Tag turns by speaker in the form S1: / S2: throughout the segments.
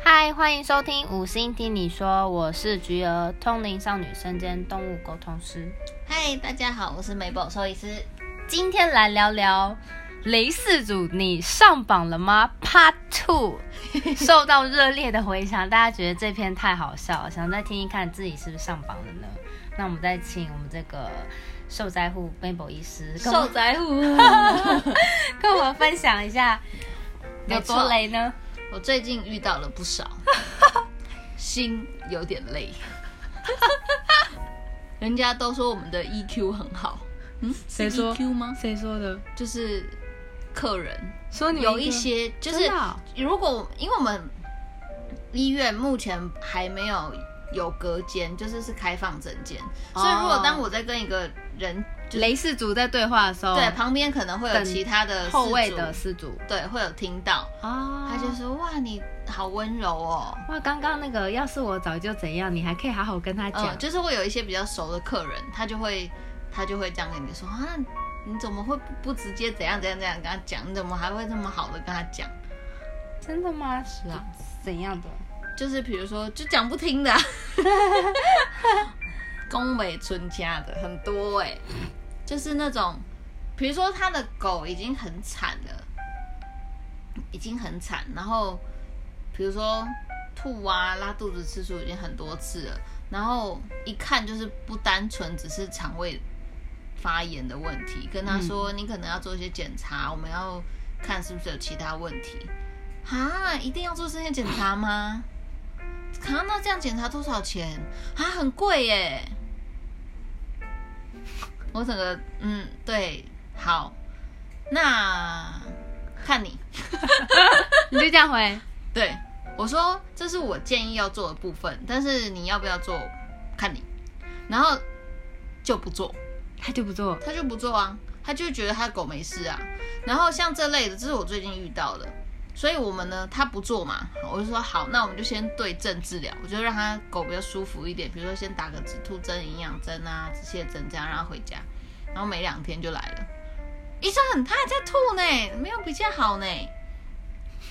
S1: 嗨，欢迎收听《五星听你说》，我是菊儿，通灵少女身兼动物沟通师。
S2: 嗨，大家好，我是美宝兽医师。
S1: 今天来聊聊雷四组，你上榜了吗？Part Two 受到热烈的回响，大家觉得这篇太好笑，想再听一看自己是不是上榜了呢？那我们再请我们这个受灾户 Mabel 医师跟我
S2: 受灾户，
S1: 跟我们分享一下有
S2: 没错
S1: 多雷呢？
S2: 我最近遇到了不少， 心有点累。 人家都说我们的 EQ 很好，嗯，
S1: 谁
S2: 是
S1: 说
S2: EQ 吗？
S1: 谁说的？
S2: 就是客人
S1: 说你
S2: 有一些，就是
S1: 真的哦
S2: 如果因为我们医院目前还没有有隔间，就是是开放诊间，
S1: 哦
S2: 所以如果当我在跟一个人
S1: 雷氏族在对话的时候，
S2: 对旁边可能会有
S1: 哦等
S2: 其他的
S1: 后
S2: 事
S1: 卫
S2: 主
S1: 的四组
S2: 对会有听到，
S1: 啊
S2: 他就说：“哇，你好温柔哦。
S1: 哇，刚刚那个要是我早就怎样，你还可以好好跟他”讲
S2: 嗯，，就是会有一些比较熟的客人，他就会他就会这样跟你说啊，你怎么会不直接怎样怎样怎样跟他讲？你怎么还会这么好的跟他讲？
S1: 真的吗？是啊，怎样的？
S2: 就是比如说，就讲不听的、啊，宫美春家的很多哎、就是那种，比如说他的狗已经很惨了，已经很惨，然后比如说吐啊、拉肚子次数已经很多次了，然后一看就是不单纯只是肠胃发炎的问题，跟他说、你可能要做一些检查，我们要看是不是有其他问题。啊，一定要做这些检查吗？啊，那这样检查多少钱？啊，很贵欸耶！我整个嗯，对，好，那看你。
S1: 你就这样回，
S2: 对我说，这是我建议要做的部分，但是你要不要做，看你。然后就不做，
S1: 他就不做。
S2: 他就不做啊，他就觉得他狗没事啊。然后像这类的，这是我最近遇到的，所以我们呢，他不做嘛，我就说好，那我们就先对症治疗，我就让他狗比较舒服一点，比如说先打个止吐针、营养针啊、止泻针，这样让他回家。然后没两天就来了，医生他还在吐呢，没有比较好呢。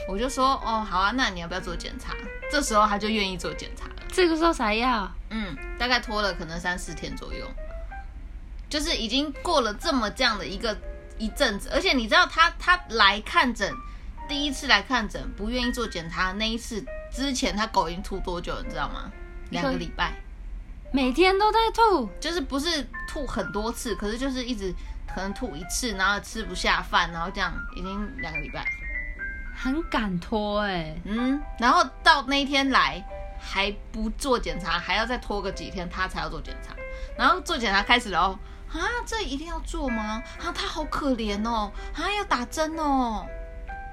S2: 我就说哦，好啊，那你要不要做检查？这时候他就愿意做检查了。
S1: 这个时候才要，
S2: 嗯，大概拖了可能三四天左右，就是已经过了这么这样的一个一阵子，而且你知道他他来看诊，第一次来看诊不愿意做检查那一次之前，他狗已经吐多久了，你知道吗？
S1: 一个
S2: 两个礼拜，
S1: 每天都在吐，
S2: 就是不是吐很多次，可是就是一直可能吐一次，然后吃不下饭，然后这样已经两个礼拜，
S1: 很敢拖哎、
S2: 嗯，然后到那一天来还不做检查，还要再拖个几天，他才要做检查。然后做检查开始了哦，啊，这一定要做吗？啊，他好可怜哦，啊，要打针哦，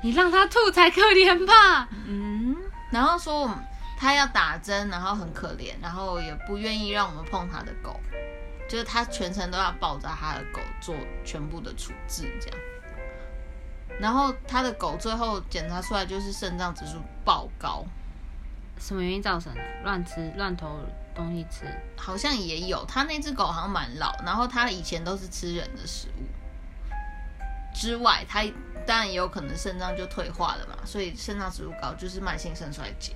S1: 你让他吐才可怜吧？
S2: 嗯，然后说我们他要打针，然后很可怜，然后也不愿意让我们碰他的狗，就是他全程都要抱着他的狗做全部的处置这样。然后他的狗最后检查出来就是肾脏指数爆高，
S1: 什么原因造成的？乱吃乱投东西吃，
S2: 好像也有，他那只狗好像蛮老，然后它以前都是吃人的食物。之外，它当然也有可能肾脏就退化了嘛，所以肾脏指数高就是慢性肾衰竭。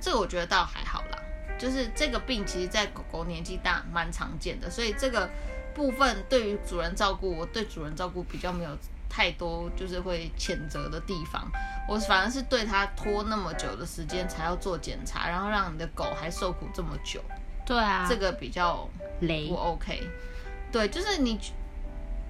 S2: 这个我觉得倒还好啦，就是这个病其实在狗狗年纪大蛮常见的，所以这个部分对于主人照顾，我对主人照顾比较没有太多就是会谴责的地方，我反而是对它拖那么久的时间才要做检查，然后让你的狗还受苦这么久。
S1: 对啊，嗯
S2: 这个比较
S1: 雷
S2: 不 OK。对，就是你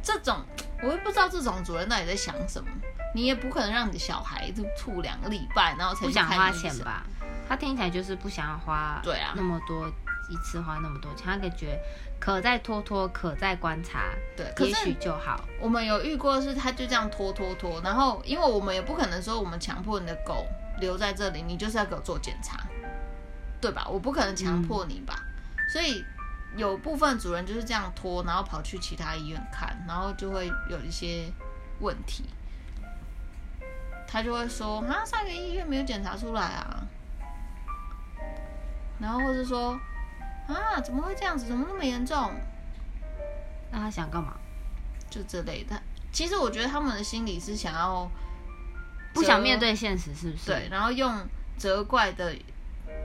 S2: 这种，我也不知道这种主人到底在想什么。你也不可能让你的小孩就吐两个礼拜，然后才
S1: 不
S2: 去
S1: 想
S2: 看
S1: 花
S2: 医
S1: 钱
S2: 生？
S1: 吧？他听起来就是不想要花，
S2: 对啊
S1: 那么多一次花那么多钱，他感觉可再拖拖，可再观察，
S2: 对，可
S1: 也许
S2: 是
S1: 就好。
S2: 我们有遇过是，他就这样拖拖拖，然后因为我们也不可能说我们强迫你的狗留在这里，你就是要给我做检查，对吧？我不可能强迫你吧，所以有部分主人就是这样拖，然后跑去其他医院看，然后就会有一些问题，他就会说啊，上个医院没有检查出来啊，然后或是说啊，怎么会这样子？怎么那么严重？
S1: 那他想干嘛？
S2: 就这类的。其实我觉得他们的心理是想要
S1: 不想面
S2: 对
S1: 对现实，是不是？
S2: 对，然后用责怪的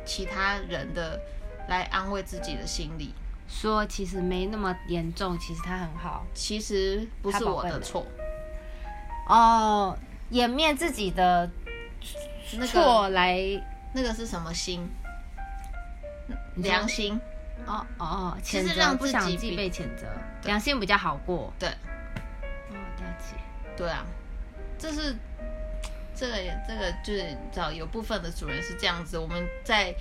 S2: 其他人的来安慰自己的心理，
S1: 说其实没那么严重，其实他很好
S2: 其实不是我的错，
S1: 哦，掩面自己的
S2: 那个
S1: 错来，
S2: 那个是什么心？
S1: 你说
S2: 良心，
S1: 哦哦哦，
S2: 其
S1: 谴
S2: 实
S1: 责
S2: 让
S1: 不
S2: 自己
S1: 想
S2: 比
S1: 自己被谴责，良心比较好过。
S2: 对
S1: 哦，了解。
S2: 对啊，这是这个也这个就是你知道有部分的主人是这样子，我们在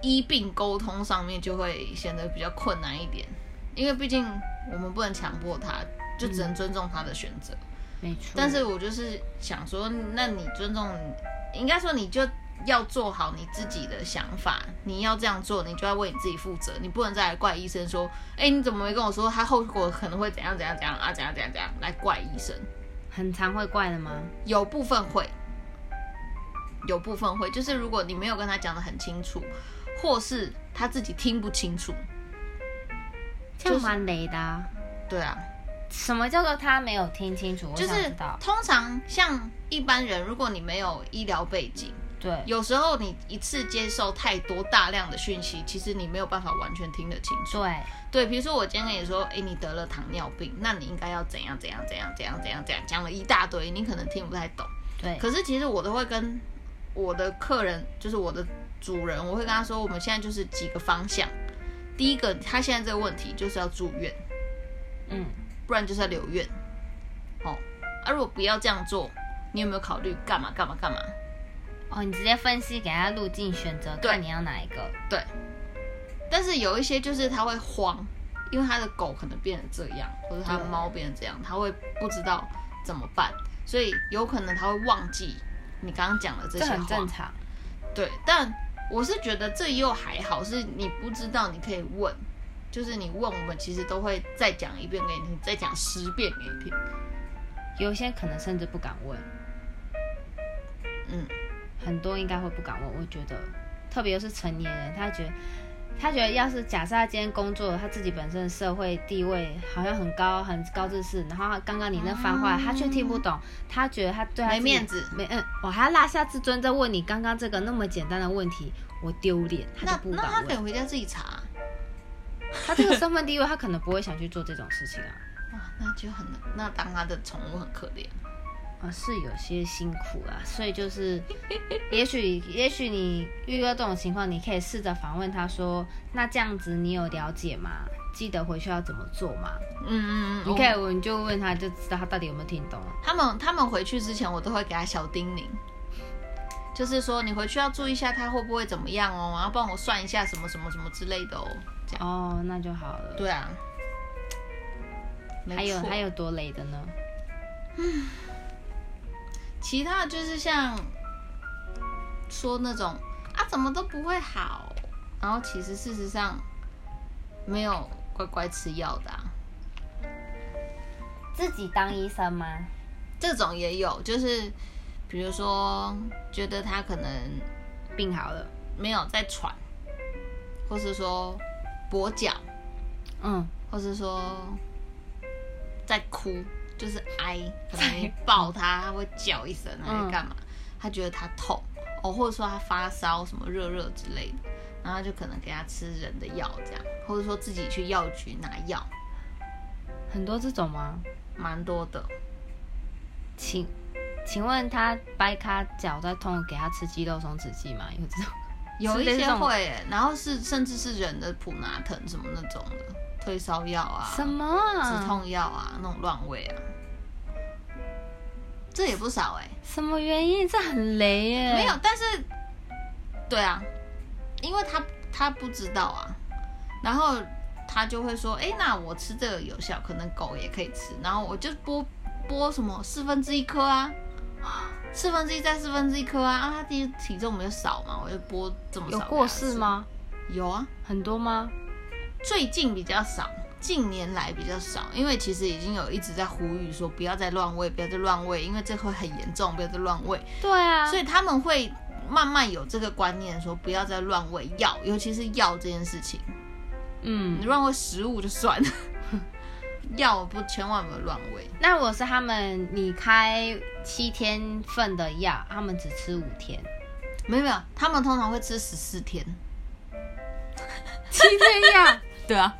S2: 医病沟通上面就会显得比较困难一点，因为毕竟我们不能强迫他，就只能尊重他的选择。
S1: 没错，
S2: 但是我就是想说，那你尊重，应该说你就要做好你自己的想法，你要这样做，你就要为你自己负责，你不能再来怪医生说，哎、你怎么没跟我说他后果可能会怎样怎样怎样啊，怎样怎样怎样来怪医生。
S1: 很常会怪的吗？
S2: 有部分会，有部分会，就是如果你没有跟他讲的很清楚，或是他自己听不清楚，
S1: 这样蛮雷的、啊。
S2: 对啊，
S1: 什么叫做他没有听清楚？
S2: 就
S1: 我想
S2: 是
S1: 知道，
S2: 通常像一般人，如果你没有医疗背景，
S1: 对，
S2: 有时候你一次接受太多大量的讯息，其实你没有办法完全听得清楚。
S1: 对，
S2: 对，比如说我今天跟你说，诶，你得了糖尿病，那你应该要怎样怎样怎样怎样怎样怎样，讲了一大堆，你可能听不太懂。
S1: 对，
S2: 可是其实我都会跟我的客人，就是我的主人，我会跟他说，我们现在就是几个方向。第一个，他现在这个问题就是要住院，
S1: 嗯，
S2: 不然就是要留院。哦，啊，如果不要这样做，你有没有考虑干嘛干嘛干嘛？
S1: 哦，你直接分析给他路径选择，
S2: 对
S1: 看你要哪一个。
S2: 对，但是有一些就是他会慌，因为他的狗可能变成这样，或者他的
S1: 对
S2: 猫变成这样，他会不知道怎么办，所以有可能他会忘记你刚刚讲的这
S1: 这
S2: 些
S1: 很
S2: 话
S1: 正。常，
S2: 对，但我是觉得这又还好，是你不知道你可以问，就是你问我们，其实都会再讲一遍给你听，再讲十遍给你听。
S1: 有一些可能甚至不敢问，
S2: 嗯，
S1: 很多应该会不敢问。我觉得，特别是成年人，他觉得，他觉得要是假设他今天工作，他自己本身的社会地位好像很高，很高知识，然后他刚刚你那番话、他却听不懂，他觉得他对他自
S2: 嗯没
S1: 己
S2: 面子
S1: 没嗯，我还要拉下自尊再问你刚刚这个那么简单的问题，我丢脸，他
S2: 那
S1: 就不
S2: 那他
S1: 敢
S2: 可以
S1: 问。
S2: 回家自己查啊，
S1: 他这个身份地位，他可能不会想去做这种事情啊。
S2: 哇，那就很那当他的宠物很可怜。
S1: 啊，是有些辛苦啦，所以就是，也许也许你遇到这种情况，你可以试着访问他说，那这样子你有了解吗？记得回去要怎么做吗？
S2: 嗯嗯嗯，
S1: 你
S2: 我
S1: 可以，我你就问他，就知道他到底有没有听懂了。
S2: 他们他们回去之前，我都会给他小叮咛，就是说你回去要注意一下他会不会怎么样哦，然后帮我算一下什么什么什么之类的哦。这样
S1: 哦，那就好了。
S2: 对啊，
S1: 还有还
S2: 有
S1: 有多累的呢？
S2: 其他的就是像说那种啊怎么都不会好，然后其实事实上没有乖乖吃药的、啊，
S1: 自己当医生吗？
S2: 这种也有，就是比如说觉得他可能
S1: 病好了，
S2: 没有在喘，或是说跛脚，
S1: 嗯，
S2: 或是说在哭，就是哀，可能你抱他，他会叫一声还是干嘛？他觉得他痛哦，或者说他发烧什么热热之类的，然后就可能给他吃人的药这样，或者说自己去药局拿药，
S1: 很多这种吗？
S2: 蛮多的。
S1: 请请问他掰卡脚在痛，给他吃肌肉松弛剂吗？有这种？
S2: 有
S1: 是
S2: 一
S1: 类似
S2: 些
S1: 这种
S2: 会耶、然后是甚至是人的普拿疼什么那种的退烧药啊，
S1: 什么啊？
S2: 止痛药啊，那种乱喂啊，这也不少哎、
S1: 什么原因？这很雷耶！
S2: 没有，但是，对啊，因为他他不知道啊，然后他就会说，哎，那我吃这个有效，可能狗也可以吃，然后我就剥剥什么四分之一颗啊，四分之一再四分之一颗啊，啊，他体体重没有少嘛，我就剥这么少。
S1: 有过世？吗？
S2: 有啊，
S1: 很多吗？
S2: 最近比较少。近年来比较少，因为其实已经有一直在呼吁说不要再乱喂，不要再乱喂，因为这会很严重，不要再乱喂。
S1: 对啊，
S2: 所以他们会慢慢有这个观念，说不要再乱喂药，尤其是药这件事情，你
S1: 嗯，
S2: 乱喂食物就算了， 药不千万不要乱喂。
S1: 那我是他们，你开七天份的药，他们只吃五天，
S2: 没有没有，他们通常会吃十四天，
S1: 七天 呀，
S2: 对啊，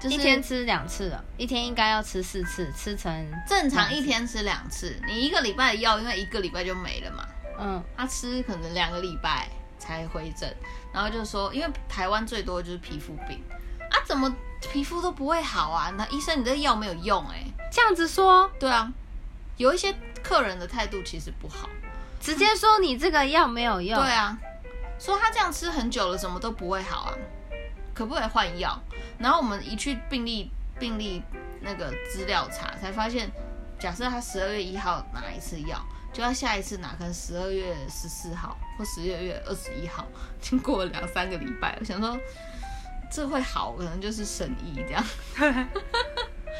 S2: 就是
S1: 一天吃两次啊了，一天应该要吃四次，吃成
S2: 正常一天吃两次，你一个礼拜的药，因为一个礼拜就没了嘛，
S1: 嗯
S2: 他吃可能两个礼拜才回正，然后就说，因为台湾最多就是皮肤病啊，怎么皮肤都不会好啊？那医生你这药没有用哎、
S1: 这样子说，
S2: 对啊，有一些客人的态度其实不好，
S1: 直接说你这个药没有用，
S2: 对啊，说他这样吃很久了，怎么都不会好啊？可不可以换药？然后我们一去病历病历那个资料查，才发现，假设他十二月一号拿一次药，就要下一次拿，可能十二月十四号或十二月二十一号，已经过了两三个礼拜，我想说这会好，可能就是神医这样，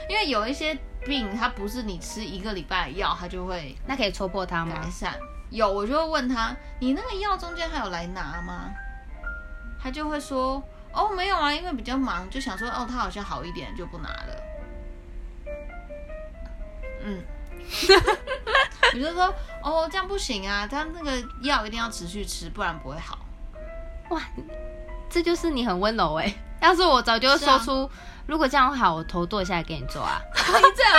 S2: 因为有一些病它不是你吃一个礼拜的药，它就会
S1: 那可以戳破它
S2: 改
S1: 吗？
S2: 善。有，我就会问他，你那个药中间还有来拿吗？他就会说，哦，没有啊，因为比较忙，就想说，哦，他好像好一点，就不拿了。嗯， 我就说，哦，这样不行啊，他那个药一定要持续吃，不然不会好。
S1: 哇，这就是你很温柔哎、 要是啊我早就说
S2: 说
S1: 出，如果这样好，我头剁下来给你做 啊！
S2: 这样，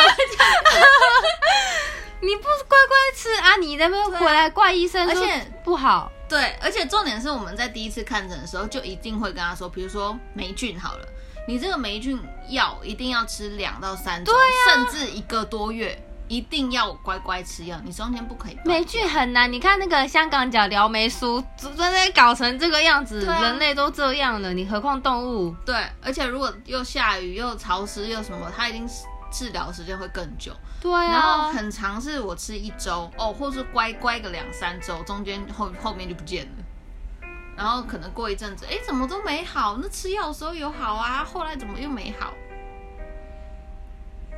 S1: 你不乖乖吃啊，你那边
S2: 对啊
S1: 回来怪医生，
S2: 而且
S1: 不好，
S2: 对，而且重点是我们在第一次看诊的时候，就一定会跟他说，比如说霉菌好了，你这个霉菌药一定要吃两到三周，甚至一个多月，一定要乖乖吃药，你中间不可以断
S1: 美剧很难。你看那个香港脚撩眉酥，真的搞成这个样子，
S2: 对啊
S1: 人类都这样了，你何况动物？
S2: 对，而且如果又下雨又潮湿又什么，它一定治疗时间会更久，
S1: 对
S2: 然后
S1: 啊，
S2: 很长是我吃一周哦，或是乖乖个两三周，中间后后面就不见了。然后可能过一阵子，哎，怎么都没好？那吃药的时候有好啊，后来怎么又没好？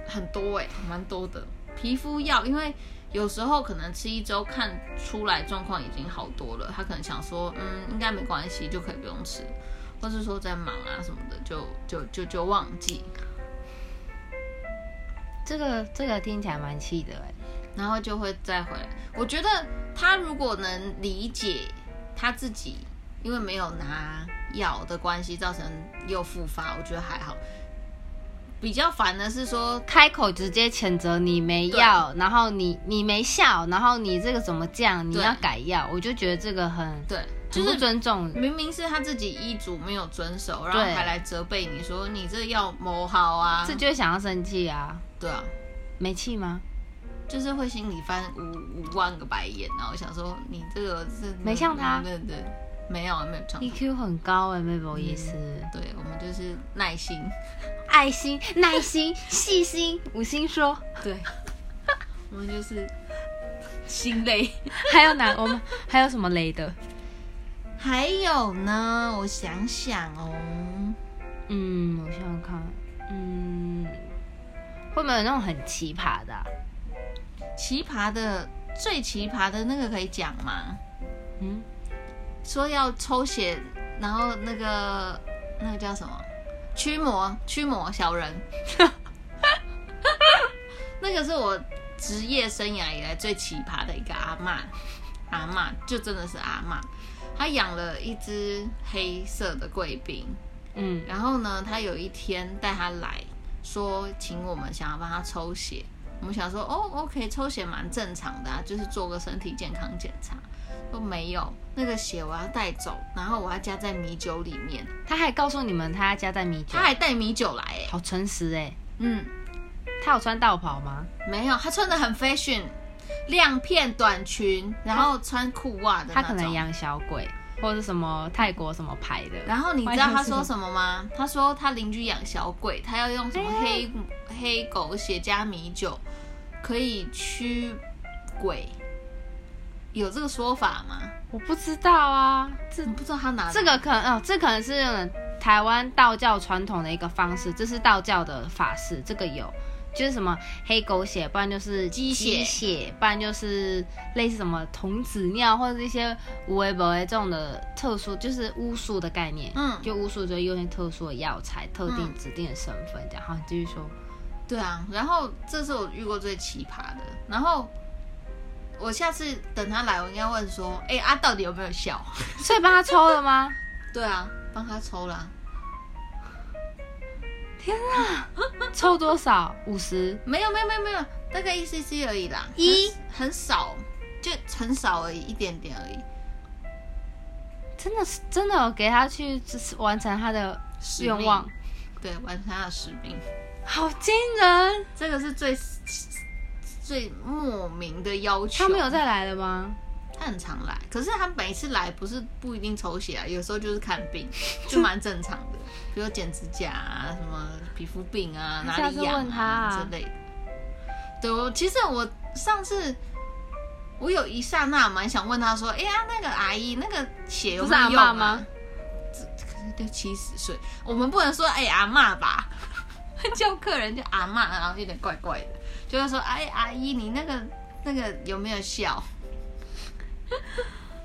S2: 很多哎、蛮多的。皮肤药，因为有时候可能吃一周看出来状况已经好多了，他可能想说，嗯，应该没关系，就可以不用吃，或是说在忙啊什么的，就就就就忘记。
S1: 这个这个听起来蛮气的哎、
S2: 然后就会再回来。我觉得他如果能理解他自己，因为没有拿药的关系造成又复发，我觉得还好。比较烦的是说，
S1: 开口直接谴责你没药，然后你你没效，然后你这个怎么这样？你
S2: 对
S1: 要改药，我就觉得这个很
S2: 对，就
S1: 很不
S2: 是
S1: 尊重。
S2: 明明是他自己医嘱没有遵守，然后
S1: 对
S2: 还来责备你说你这药磨好啊，
S1: 这就会想要生气啊，
S2: 对啊，
S1: 没气吗？
S2: 就是会心里翻五五万个白眼，然后想说你这个是
S1: 没像他
S2: 对对，没有啊没有像他，
S1: EQ ？E 很高哎、妹博意思，
S2: 对我们就是耐心。
S1: 爱心、耐 心、细心，五星说，
S2: 对，我们就是心累。
S1: 还有 哪？我们还有什么雷的？
S2: 还有呢，我想想哦，
S1: 嗯，我想想看，嗯，会不会有那种很奇葩的啊、
S2: 奇葩的最奇葩的那个可以讲吗？
S1: 嗯，
S2: 说要抽血，然后那个那个叫什么驱魔驱魔小人， 那个是我职业生涯以来最奇葩的一个阿嬷，阿嬷就真的是阿嬷，她养了一只黑色的贵宾，
S1: 嗯，
S2: 然后呢，他有一天带他来说，请我们想要帮他抽血。我们想说，哦，OK，抽血蛮正常的、啊，就是做个身体健康检查。说没有，那个血我要带走，然后我要加在米酒里面。
S1: 他还告诉你们他加在米酒
S2: 他，还带米酒来、欸，
S1: 好诚实哎、
S2: 嗯，
S1: 他有穿道袍吗？
S2: 没有，他穿的很 fashion，亮片短裙，然后穿裤袜的那
S1: 他
S2: 种。
S1: 可能养小鬼，或者什么泰国什么牌的。
S2: 然后你知道他说什么吗？他说他邻居养小鬼，他要用什么黑、黑狗血加米酒，可以驱鬼，有这个说法吗？
S1: 我不知道啊，这
S2: 你不知道他哪
S1: 这个可能哦，这可能是嗯台湾道教传统的一个方式，这是道教的法事，这个有。就是什么黑狗血，不然就是
S2: 鸡血
S1: 鸡血，不然就是类似什么童子尿或者一些无为不为这种的特殊，就是巫术的概念。
S2: 嗯
S1: 就巫术就用一些特殊的药材、特定
S2: 嗯
S1: 指定的身份这样。好，你继续说。
S2: 对啊，然后这是我遇过最奇葩的。然后我下次等他来，我应该问说，哎、啊，到底有没有效？
S1: 所以帮他抽了吗？
S2: 对啊，帮他抽啦，
S1: 抽多少？五十？
S2: 没有没有没有没有，大概一 cc 而已啦，
S1: 一
S2: 很很少，就很少而已，一点点而已。
S1: 真的是真的有给他去完成他的
S2: 使
S1: 愿望
S2: 命，，对，完成他的使命，
S1: 好惊人！
S2: 这个是最最莫名的要求。
S1: 他们有再来了吗？
S2: 他很常来，可是他每次来不是不一定抽血啊，有时候就是看 病，就蛮正常的，比如剪指甲啊，什么皮肤病啊，
S1: 你
S2: 哪
S1: 下次
S2: 里痒
S1: 问他啊
S2: 之类的。对我其实我上次我有一刹那蛮想问他说，哎、呀、那个阿姨那个血有
S1: 不
S2: 没
S1: 是
S2: 有
S1: 阿
S2: 用、啊、
S1: 嬷吗？？
S2: 可是六七十岁，我们不能说哎、阿嬷吧， 叫客人叫阿嬷，然后有点怪怪的，就是说哎、阿姨你那个那个有没有效？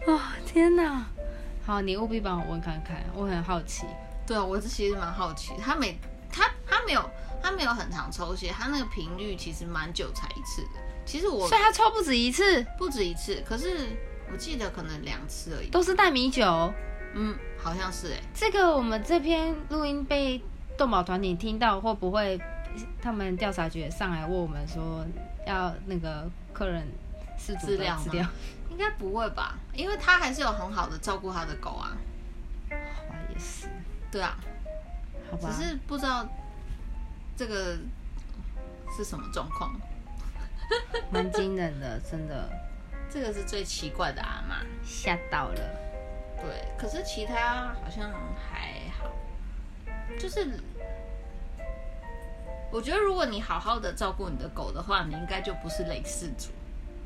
S1: 哦，天哪！好，你务必帮我问看看，我很好奇。
S2: 对啊，我是其实蛮好奇，他每他他没有他没有很常抽血，他那个频率其实蛮久才一次的。其实我
S1: 所以他抽不止一次，
S2: 不止一次，可是我记得可能两次而已。
S1: 都是带米酒。
S2: 嗯，好像是哎、
S1: 这个我们这篇录音被动保团体听到，会不会他们调查局也上来问我们说要那个客人失主
S2: 资
S1: 的
S2: 料吗
S1: 资料？
S2: 应该不会吧？因为他还是有很好的照顾他的狗啊。
S1: 好吧，也是，
S2: 对啊，
S1: 好吧
S2: 只。是不知道这个是什么状况。
S1: 蛮惊人的，真的
S2: 这个是最奇怪的阿妈。
S1: 吓到了。
S2: 对，可是其他好像还好，就是我觉得如果你好好的照顾你的狗的话，你应该就不是类似主，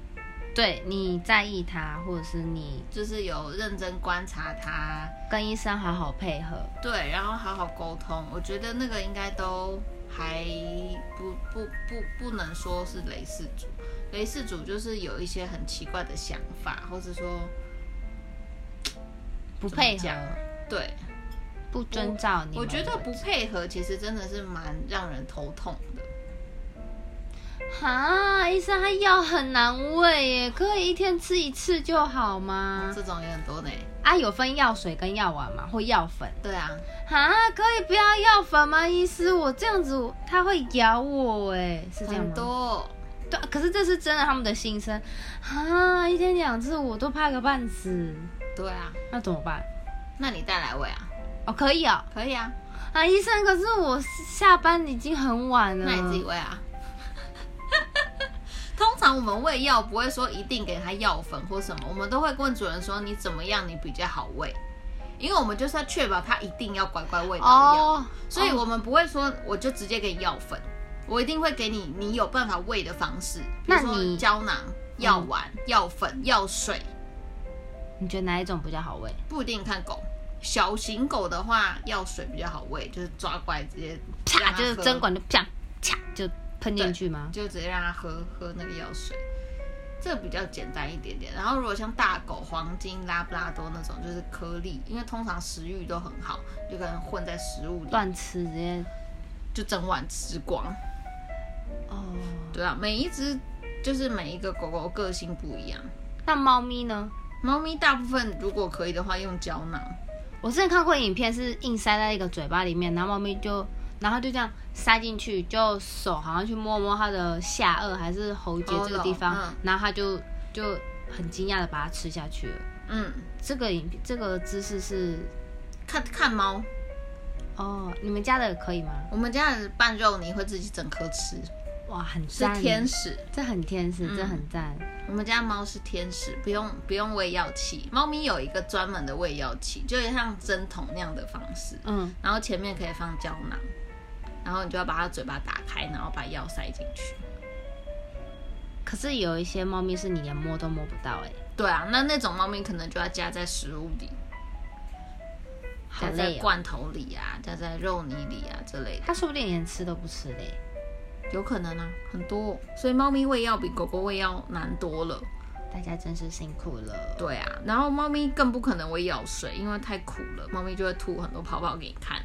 S1: 对你在意他，或者是你
S2: 就是有认真观察它，
S1: 跟医生好好配合，
S2: 对，然后好好沟通，我觉得那个应该都还不不不不能说是雷氏主，雷氏主就是有一些很奇怪的想法，或是说
S1: 不配合
S2: 怎么，对，
S1: 不遵照你们的。
S2: 我觉得不配合其实真的是蛮让人头痛的。
S1: 哈，医生他药很难喂耶，可以一天吃一次就好吗？
S2: 这种也很多呢。
S1: 啊，有分药水跟药丸吗？或药粉？
S2: 对啊，
S1: 哈，可以不要药粉吗？医师，我这样子我他会咬我哎，是这样
S2: 很
S1: 吗？
S2: 多。
S1: 对，可是这是真的，他们的心声。哈，一天两次我都怕个半死，
S2: 对啊，
S1: 那怎么办？
S2: 那你带来喂啊？
S1: 哦，可以哦。
S2: 可以啊，
S1: 啊，医生，可是我下班已经很晚了。
S2: 那你自己喂啊。 通常我们喂药不会说一定给他药粉或什么，我们都会问主人说你怎么样你比较好喂，因为我们就是要确保他一定要乖乖喂到药，
S1: 哦，
S2: 所以
S1: 哦
S2: 我们不会说我就直接给你药粉，我一定会给你你有办法喂的方式，比如
S1: 那
S2: 说
S1: 你
S2: 胶囊、药丸、药粉、药水，
S1: 你觉得哪一种比较好喂？
S2: 不一定看狗。小型狗的话，药水比较好喂，就是抓过来直接
S1: 啪，
S2: 让它
S1: 就是
S2: 喝
S1: 针管就啪啪就喷进去吗？
S2: 就直接让它喝喝那个药水，这个比较简单一点点。然后如果像大狗、黄金、拉布拉多那种，就是颗粒，因为通常食欲都很好，就可能混在食物里，
S1: 乱吃直接
S2: 就整碗吃光。
S1: 哦。
S2: 对啊，每一只就是每一个狗狗个性不一样。
S1: 那猫咪呢？
S2: 猫咪大部分如果可以的话，用胶囊，
S1: 我之前看过影片，是硬塞在一个嘴巴里面，然后猫咪就，然后就这样塞进去，就手好像去摸摸它的下颚还是喉结这个地方，
S2: 喉咙嗯
S1: 然后它就就很惊讶的把它吃下去了。
S2: 嗯，
S1: 这个影片这个姿势是
S2: 看看猫。
S1: 哦，你们家的可以吗？
S2: 我们家的拌肉泥会自己整颗吃，
S1: 哇，很
S2: 是
S1: 赞，
S2: 天使。嗯
S1: 这很天使，这很赞。
S2: 我们家猫是天使，不用不用喂药器。猫咪有一个专门的喂药器，就是像针筒那样的方式，
S1: 嗯，
S2: 然后前面可以放胶囊，然后你就要把它嘴巴打开，然后把药塞进去。
S1: 可是有一些猫咪是你连摸都摸不到、欸，哎，
S2: 对啊，那那种猫咪可能就要夹在食物里，
S1: 好
S2: 夹在
S1: 累哦。
S2: 罐头里啊，夹在肉泥里啊之类的，
S1: 它说不定连吃都不吃嘞、
S2: 有可能啊，很多哦。所以猫咪喂药比狗狗喂药难多了。
S1: 大家真是辛苦了。
S2: 对啊，然后猫咪更不可能喂药水，因为太苦了，猫咪就会吐很多泡泡给你看。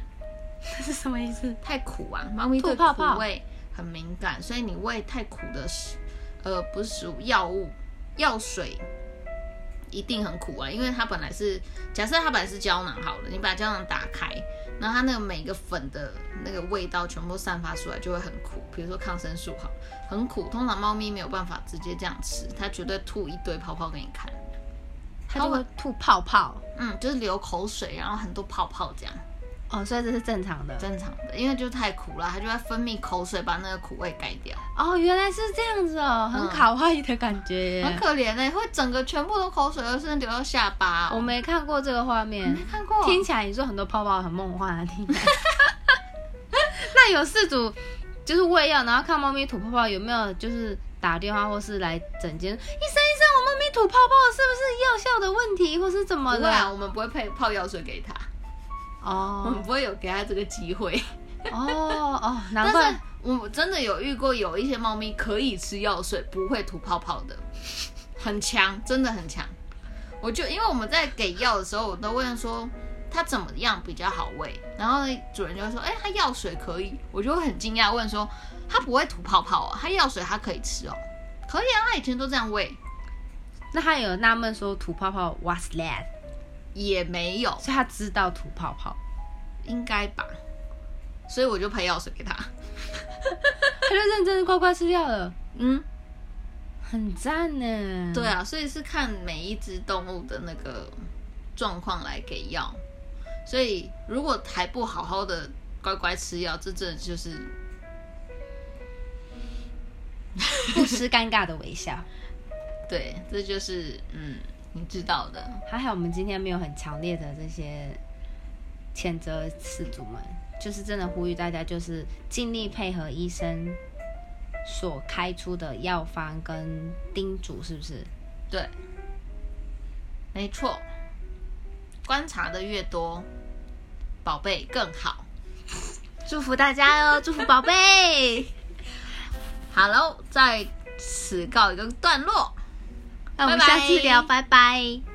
S1: 这是什么意思？
S2: 太苦啊，猫咪对
S1: 吐泡泡
S2: 苦味很敏感，所以你喂太苦的食，呃，不是食物药物，药水一定很苦啊，因为它本来是假设它本来是胶囊好了，你把胶囊打开，然后它那个每个粉的那个味道全部散发出来，就会很苦。比如说抗生素好，很苦，通常猫咪没有办法直接这样吃，它绝对吐一堆泡泡给你看。
S1: 它就会吐泡泡
S2: 嗯，就是流口水，然后很多泡泡这样，
S1: 哦，所以这是正常的。
S2: 正常的，因为就太苦了，它就会分泌口水把那个苦味盖掉，
S1: 哦，原来是这样子哦，很卡哇伊的感觉耶。
S2: 很可怜哎、会整个全部都口水，而是流到下巴、
S1: 我没看过这个画面，
S2: 没看过，
S1: 哦听起来你说很多泡泡很梦幻啊， 听起来。那有事主就是喂药，然后看猫咪吐泡泡，有没有就是打电话或是来诊间？医生，医生，我猫咪吐泡泡是不是药效的问题，或是怎么
S2: 不
S1: 的？
S2: 会啊，我们不会配泡药水给他，我
S1: 哦
S2: 们不会有给他这个机会。
S1: 哦 哦，难
S2: 但
S1: 怪
S2: 是我真的有遇过有一些猫咪可以吃药水，不会吐泡泡的，很强，真的很强。我就因为我们在给药的时候，我都问说它怎么样比较好喂，然后主人就会说，哎、它药水可以，我就会很惊讶问说，它不会吐泡泡啊，它药水它可以吃哦，可以啊，它以前都这样喂，
S1: 那他有纳闷说吐泡泡 what's that？
S2: 也没有，
S1: 所以他知道吐泡泡，
S2: 应该吧，所以我就配药水给它，
S1: 他就认真乖乖吃药了，
S2: 嗯。
S1: 很赞呢。
S2: 对啊，所以是看每一只动物的那个状况来给药。所以如果还不好好的乖乖吃药，这真的就是
S1: 不失尴尬的微笑。
S2: 对，这就是嗯，你知道的。
S1: 还好我们今天没有很强烈的这些谴责饲主们，就是真的呼吁大家，就是尽力配合医生所开出的药方跟叮嘱，是不是？
S2: 对，没错，观察的越多，宝贝更好。
S1: 祝福大家哦，祝福宝贝。
S2: 好喽，在此告一个段落。
S1: 那我们
S2: 拜
S1: 下
S2: 拜
S1: 期聊，拜拜